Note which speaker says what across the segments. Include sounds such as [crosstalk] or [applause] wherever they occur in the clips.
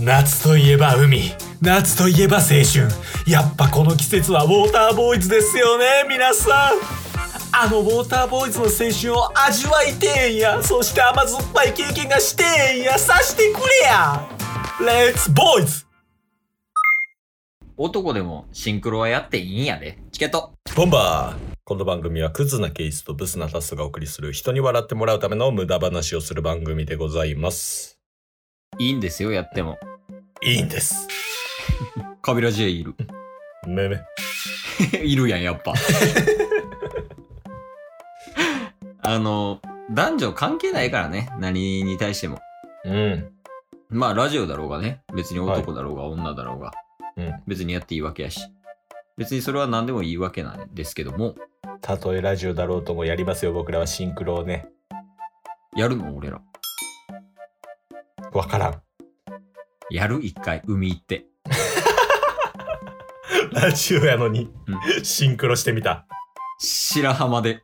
Speaker 1: 夏といえば海夏といえば青春やっぱこの季節はウォーターボーイズですよね皆さんあのウォーターボーイズの青春を味わいてんやそして甘酸っぱい経験がしてんやさしてくれやレッツボーイズ
Speaker 2: 男でもシンクロはやっていいんやで。チケット。
Speaker 3: ボンバーこの番組はクズなケースとブスなタスがお送りする人に笑ってもらうための無駄話をする番組でございます。
Speaker 2: いいんですよ、やっても。
Speaker 3: いいんです。
Speaker 2: カビラ J いる。 [laughs]
Speaker 3: めめ。
Speaker 2: いるやん、やっぱ。 [laughs] あの、男女関係ないからね。何に対しても。
Speaker 3: うん。
Speaker 2: まあ、ラジオだろうがね。別に男だろうが、女だろうが。
Speaker 3: うん。
Speaker 2: 別にやっていいわけやし。別にそれは何でもいいわけなんですけども。
Speaker 3: たとえラジオだろうともやりますよ、僕らはシンクロをね。
Speaker 2: やるの俺ら。
Speaker 3: わからん。
Speaker 2: やる一回、海行って。
Speaker 3: ラジオやのに、
Speaker 2: う
Speaker 3: シンクロしてみた。 [laughs]
Speaker 2: 白浜 [laughs] で。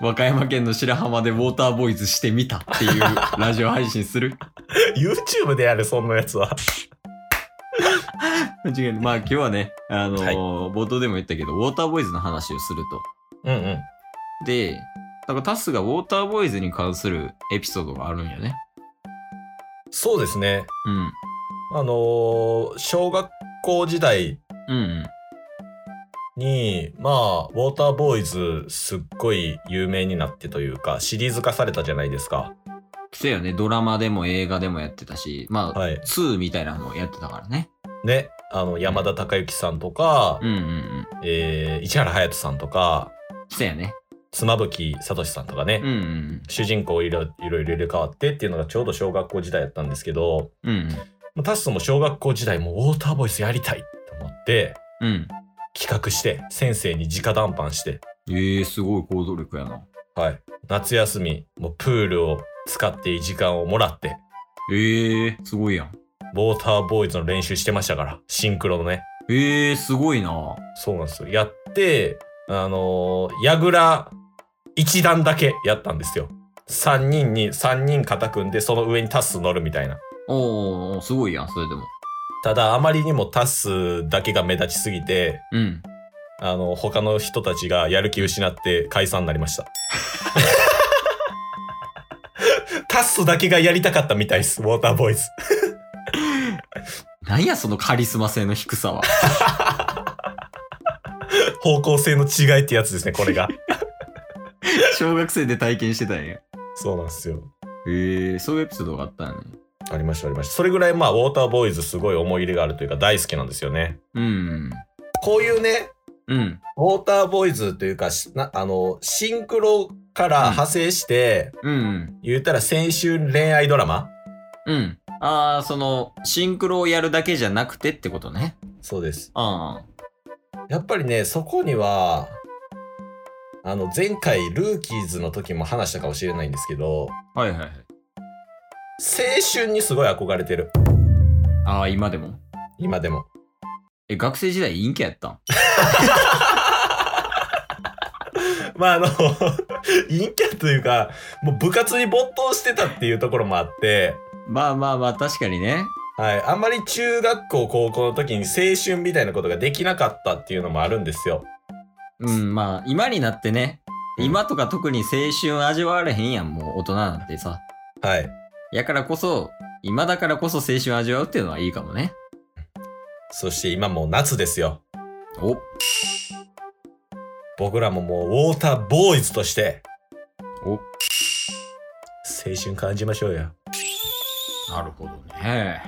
Speaker 2: 和歌山県の白浜でウォーターボーイズしてみたって [laughs] いうラジオ配信する
Speaker 3: YouTube でやる、そんなやつは。
Speaker 2: 間違いないまあ今日はね、あのー
Speaker 3: はい
Speaker 2: 冒頭でも言ったけど、ウォーターボーイズの話をすると。
Speaker 3: うんうん。
Speaker 2: で、なんかタスがウォーターボーイズに関するエピソードがあるんやね。
Speaker 3: そうですね。
Speaker 2: うん。
Speaker 3: あのー小学校時代
Speaker 2: うんうん。
Speaker 3: に、まあ、ウォーターボーイズ、すっごい有名になってというか、シリーズ化されたじゃないですか。
Speaker 2: そうやね、ドラマでも映画でもやってたし、まあ、
Speaker 3: はい。
Speaker 2: 2みたいなのもやってたからね。
Speaker 3: ね。あの、山田孝之さんとか、
Speaker 2: うんうんうん。
Speaker 3: えー市原隼人さんとか、
Speaker 2: そうやね。
Speaker 3: 妻夫木聡さんとかね、
Speaker 2: うんうん
Speaker 3: 主人公いろいろいろ入れ替わってっていうのがちょうど小学校時代だったんですけど、
Speaker 2: うん。うん
Speaker 3: まあタッスも小学校時代もウォーターボイスやりたいと思って、
Speaker 2: うん。うん。
Speaker 3: 企画して、先生に直談判して、
Speaker 2: ええすごい行動力やな。
Speaker 3: はい。夏休み、もうプールを使っていい時間をもらって、
Speaker 2: ええすごいやん。
Speaker 3: ウォーターボーイズの練習してましたから、シンクロのね。
Speaker 2: ええすごいな。
Speaker 3: そうなんですよ。やって、あのー、矢倉一段だけやったんですよ。3人に、3人肩組んで、その上にタッス乗るみたいな。
Speaker 2: おーおー、すごいやん、それでも。
Speaker 3: ただ、あまりにもタッスだけが目立ちすぎて、
Speaker 2: うん。
Speaker 3: あの、他の人たちがやる気失って解散になりま [laughs] した。タッスだけがやりたかったみたいです、ウォーターボーイズ。
Speaker 2: なんや、そのカリスマ性の低さは。
Speaker 3: 方向性の違いってやつですね、これが。
Speaker 2: [laughs] 小学生で体験してたんや。え
Speaker 3: [laughs] そうなんですよ。
Speaker 2: えそういうエピソードがあったんやね。
Speaker 3: ありました、ありました。それぐらい、まあ、ウォーターボーイズすごい思い入れがあるというか、大好きなんですよね。
Speaker 2: うん。
Speaker 3: こういうね、
Speaker 2: うん。
Speaker 3: ウォーターボーイズというか、しなあの、シンクロから派生して、
Speaker 2: うん。
Speaker 3: 言ったら青春恋愛ドラマ
Speaker 2: うん。ああ、その、シンクロをやるだけじゃなくてってことね。
Speaker 3: そうです。
Speaker 2: あ
Speaker 3: やっぱりね、そこには、あの、前回、ルーキーズの時も話したかもしれないんですけど、
Speaker 2: あ。はいはいはい。
Speaker 3: 青春にすごい憧れてる。
Speaker 2: ああ、今でも。
Speaker 3: 今でも。
Speaker 2: え、学生時代陰キャやったん
Speaker 3: まあ、あの、 [laughs] 陰キャというか、もう部活に没頭してたっていうところもあって、
Speaker 2: まあまあまあ、確かにね。
Speaker 3: はい。あんまり中学校、高校の時に青春みたいなことができなかったっていうのもあるんですよ。
Speaker 2: うん、まあ、今になってね。
Speaker 3: うん
Speaker 2: 今とか特に青春味わわれへんやん、もう大人なんてさ。
Speaker 3: はい。
Speaker 2: やからこそ、今だからこそ青春味わうっていうのはいいかもね。
Speaker 3: そして今もう夏ですよ。
Speaker 2: お
Speaker 3: 僕らももうウォーターボーイズとして
Speaker 2: お
Speaker 3: 青春感じましょうよ。
Speaker 2: なるほどね。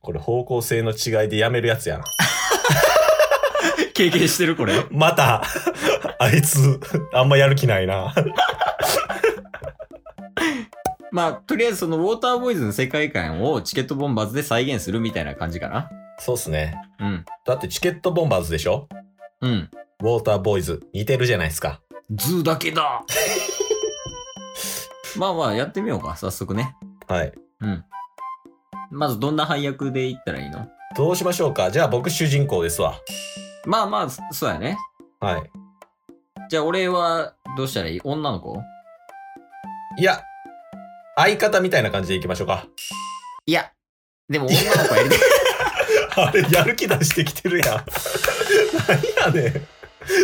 Speaker 3: これ方向性の違いでやめるやつやな。
Speaker 2: [laughs] 経験してるこれ。 [laughs]
Speaker 3: また、 [laughs] あいつ、あんまやる気ないな。
Speaker 2: まあ、とりあえずそのウォーターボーイズの世界観をチケットボンバーズで再現するみたいな感じかな。
Speaker 3: そうっすね。
Speaker 2: うん。
Speaker 3: だってチケットボンバーズでしょ
Speaker 2: うん。
Speaker 3: ウォーターボーイズ似てるじゃないですか。
Speaker 2: ズーだけだ [laughs] まあまあ、やってみようか、早速ね。
Speaker 3: はい。
Speaker 2: うん。まずどんな配役でいったらいいの
Speaker 3: どうしましょうかじゃあ僕主人公ですわ。
Speaker 2: まあまあ、そそうやね。
Speaker 3: はい。
Speaker 2: じゃあ俺はどうしたらいい女の子
Speaker 3: いや、相方みたいな感じでいきましょうか。 [laughs]
Speaker 2: いや、でも女の子やりたい。
Speaker 3: あれ、やる気出してきてるやん。何やねん。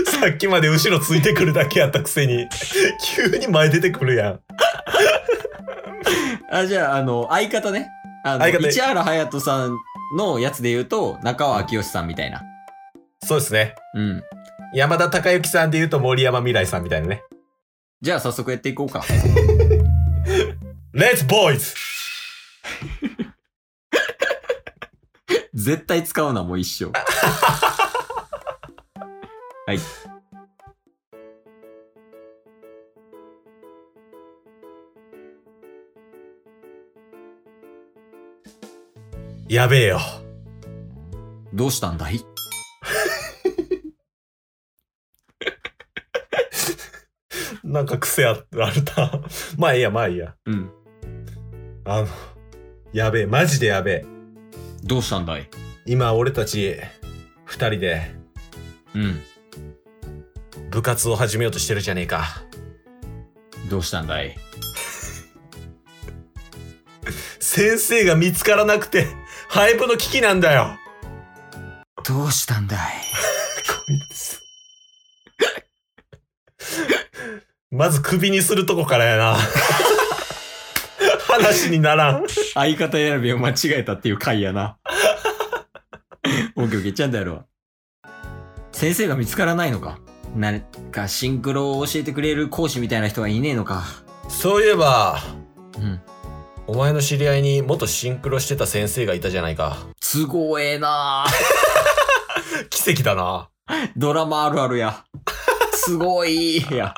Speaker 3: さっきまで後ろついてくるだけやったくせに、急に前出てくるやん。
Speaker 2: あ、じゃあ、あの、相方ね。あの、
Speaker 3: 相方
Speaker 2: 市原隼人さんのやつで言うと、中尾明義さんみたいな。
Speaker 3: そうですね。
Speaker 2: うん。
Speaker 3: 山田孝之さんで言うと森山未来さんみたいなね。
Speaker 2: じゃあ、早速やっていこう [laughs] か。
Speaker 3: レッツボーイズ
Speaker 2: 絶対使うな、もう一生。はい。
Speaker 3: やべえよ。
Speaker 2: どうしたんだい
Speaker 3: なんか癖ああるな。 [laughs] まあいいや、まあいいや。
Speaker 2: うん。
Speaker 3: あの、やべえ、マジでやべえ。
Speaker 2: どうしたんだい
Speaker 3: 今、俺たち、二人で
Speaker 2: うん。
Speaker 3: 部活を始めようとしてるじゃねえか。
Speaker 2: どうしたんだい
Speaker 3: 先生が見つからなくて、廃部の危機なんだよ。
Speaker 2: どうしたんだい
Speaker 3: まず首にするとこからやな。話にならん。
Speaker 2: 相方選びを間違えたっていう回や [laughs] な。オッケーオッケー、ちゃんとやるわ。先生が見つからないのかなんかシンクロを教えてくれる講師みたいな人はいねえのか。
Speaker 3: そういえば、
Speaker 2: うん。
Speaker 3: お前の知り合いに元シンクロしてた先生がいたじゃないか。
Speaker 2: 都合ええな
Speaker 3: 奇跡だな。
Speaker 2: あドラマあるあるや。すごいや。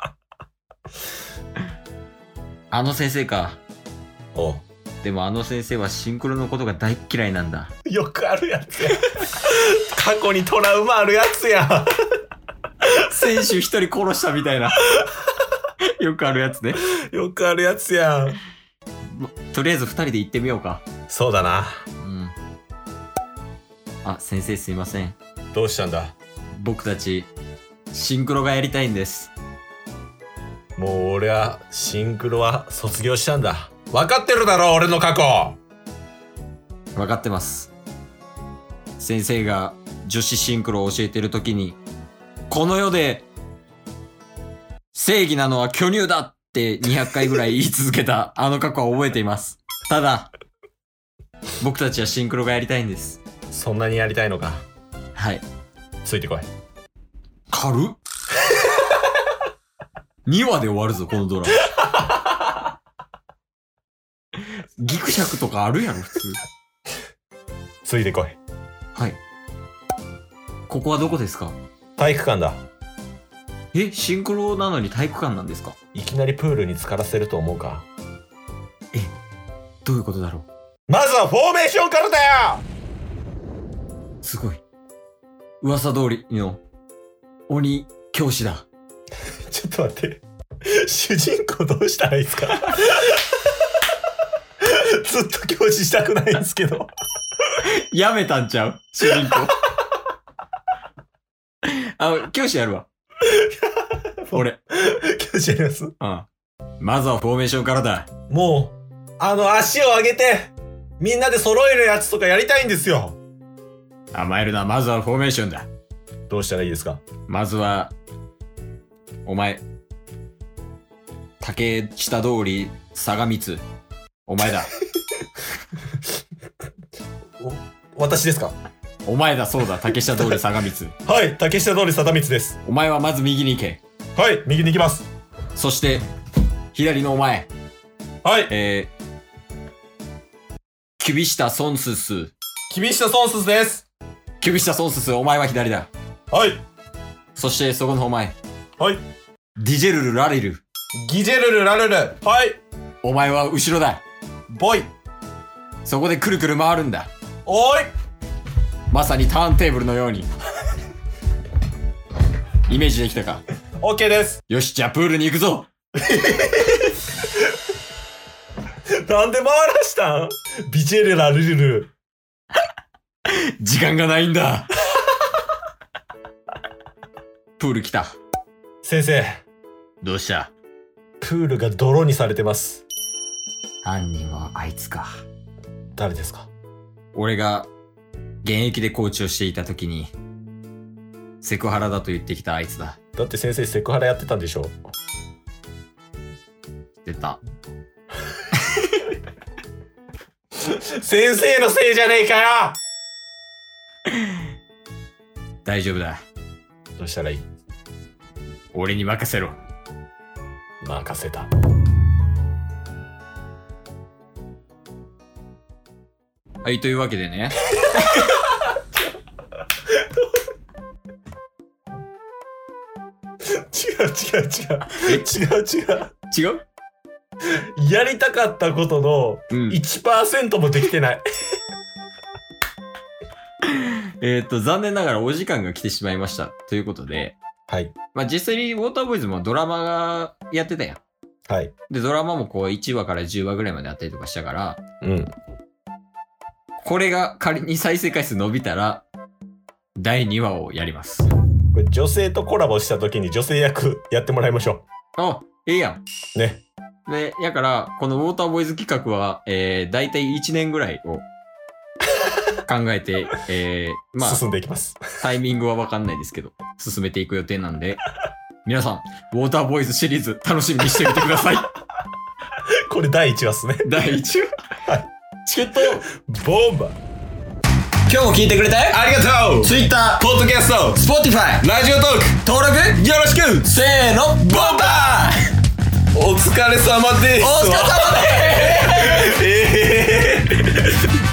Speaker 2: あの先生か。
Speaker 3: おう
Speaker 2: でもあの先生はシンクロのことが大っ嫌いなんだ。
Speaker 3: よくあるやつや。 [laughs] 過去にトラウマあるやつや。
Speaker 2: 選手一人殺したみたいな。 [laughs] よくあるやつね。
Speaker 3: よくあるやつや。
Speaker 2: まとりあえず二人で行ってみようか。
Speaker 3: そうだな。
Speaker 2: うん。あ、先生すいません。
Speaker 3: どうしたんだ
Speaker 2: 僕たち、シンクロがやりたいんです。
Speaker 3: もう俺はシンクロは卒業したんだ。分かってるだろ、俺の過去。
Speaker 2: わかってます。先生が女子シンクロを教えてるときに、この世で、正義なのは巨乳だって200回ぐらい言い続けたあの過去は覚えています。ただ、僕たちはシンクロがやりたいんです。
Speaker 3: そんなにやりたいのか。
Speaker 2: はい。
Speaker 3: ついてこい。
Speaker 2: 軽っ2話で終わるぞこのドラマギクシャクとかあるやろ普通
Speaker 3: ついてこい。
Speaker 2: はいここはどこですか
Speaker 3: 体育館だ。
Speaker 2: えシンクロなのに体育館なんですか
Speaker 3: いきなりプールに浸からせると思うか。
Speaker 2: どういうことだろ
Speaker 3: まずはフォーメーションからだよ
Speaker 2: うすごい噂通りの鬼教師だ
Speaker 3: ちょっと待って。主人公どうしたらいいですか [laughs] ずっと教師したくないんですけど。
Speaker 2: やめたんちゃう主人公 [laughs] あ教師やるわ俺
Speaker 3: [laughs] 教師やります
Speaker 2: うんまずはフォーメーションからだ
Speaker 3: もう、あの足を上げて、みんなで揃えるやつとかやりたいんですよ。
Speaker 2: 甘えるな、まずはフォーメーションだ。
Speaker 3: どうしたらいいですか
Speaker 2: まずは、お前、竹下通り、相模津、お前だ。
Speaker 3: 私ですか
Speaker 2: お前だ、そうだ、竹下通り、相模津。
Speaker 3: はい、竹下通り貞光です。
Speaker 2: お前はまず右に行け。
Speaker 3: はい、右に行きます。
Speaker 2: そして、左のお前、
Speaker 3: はい、
Speaker 2: えー、キュビシタ・ソンスス。
Speaker 3: 厳下孫スです。
Speaker 2: キュビシタ・ソンスス、お前は左だ。
Speaker 3: はい、
Speaker 2: そして、そこのお前、
Speaker 3: はい。
Speaker 2: ディジェルル・ラリル、
Speaker 3: ギジェルルラルル。はい、
Speaker 2: お前は後ろだ。
Speaker 3: ボイ。
Speaker 2: そこでくるくる回るんだ。
Speaker 3: おい
Speaker 2: まさにターンテーブルのように。 [laughs] イメージできたか。
Speaker 3: オッケーです。
Speaker 2: よし、じゃあプールに行くぞ
Speaker 3: なんで回らしたんビジェルラルルル。
Speaker 2: 時間がないんだ [laughs] プール来た。
Speaker 3: 先生、
Speaker 2: どうした
Speaker 3: プールが泥にされてます。
Speaker 2: 犯人はあいつか。
Speaker 3: 誰ですか
Speaker 2: 俺が現役でコーチをしていた時に、セクハラだと言ってきたあいつだ。
Speaker 3: だって先生セクハラやってたんでしょ
Speaker 2: 出た。
Speaker 3: 先生のせいじゃねえかよ
Speaker 2: 大丈夫だ。
Speaker 3: どうしたらいい
Speaker 2: 俺に任せろ。
Speaker 3: 任せた
Speaker 2: はい、というわけでね。
Speaker 3: 違う違う違う違う違う
Speaker 2: [laughs] 違う
Speaker 3: やりたかったことの
Speaker 2: うん。
Speaker 3: 1%もできてない
Speaker 2: えーっと、残念ながらお時間が来てしまいました。ということで、
Speaker 3: はい
Speaker 2: まあ実際にウォーターボーイズもドラマがやってたやん。
Speaker 3: はい
Speaker 2: で、ドラマもこう1話から10話ぐらいまであったりとかしたから、
Speaker 3: うん
Speaker 2: これが仮に再生回数伸びたら、第2話をやります。
Speaker 3: これ女性とコラボした時に女性役やってもらいましょ
Speaker 2: あ、ええやん。
Speaker 3: うね
Speaker 2: で、やから、このウォーターボーイズ企画は、えー、大体1年ぐらいを考えて、えー、まあ、
Speaker 3: 進んでいきます
Speaker 2: タイミングはわかんないですけど、進めていく予定なんで、皆さん、ウォーターボーイズシリーズ楽しみにしてみてください。
Speaker 3: これ第1話っすね
Speaker 2: 第1話。チケット
Speaker 3: ボンバー
Speaker 2: 今日も聞いてくれてありがとう !Twitter、ポッドキャスト、Spotify、ラジオトーク、登録よろしくせーの、ボンバー
Speaker 3: お疲れ様です
Speaker 2: お疲れ様です
Speaker 3: えー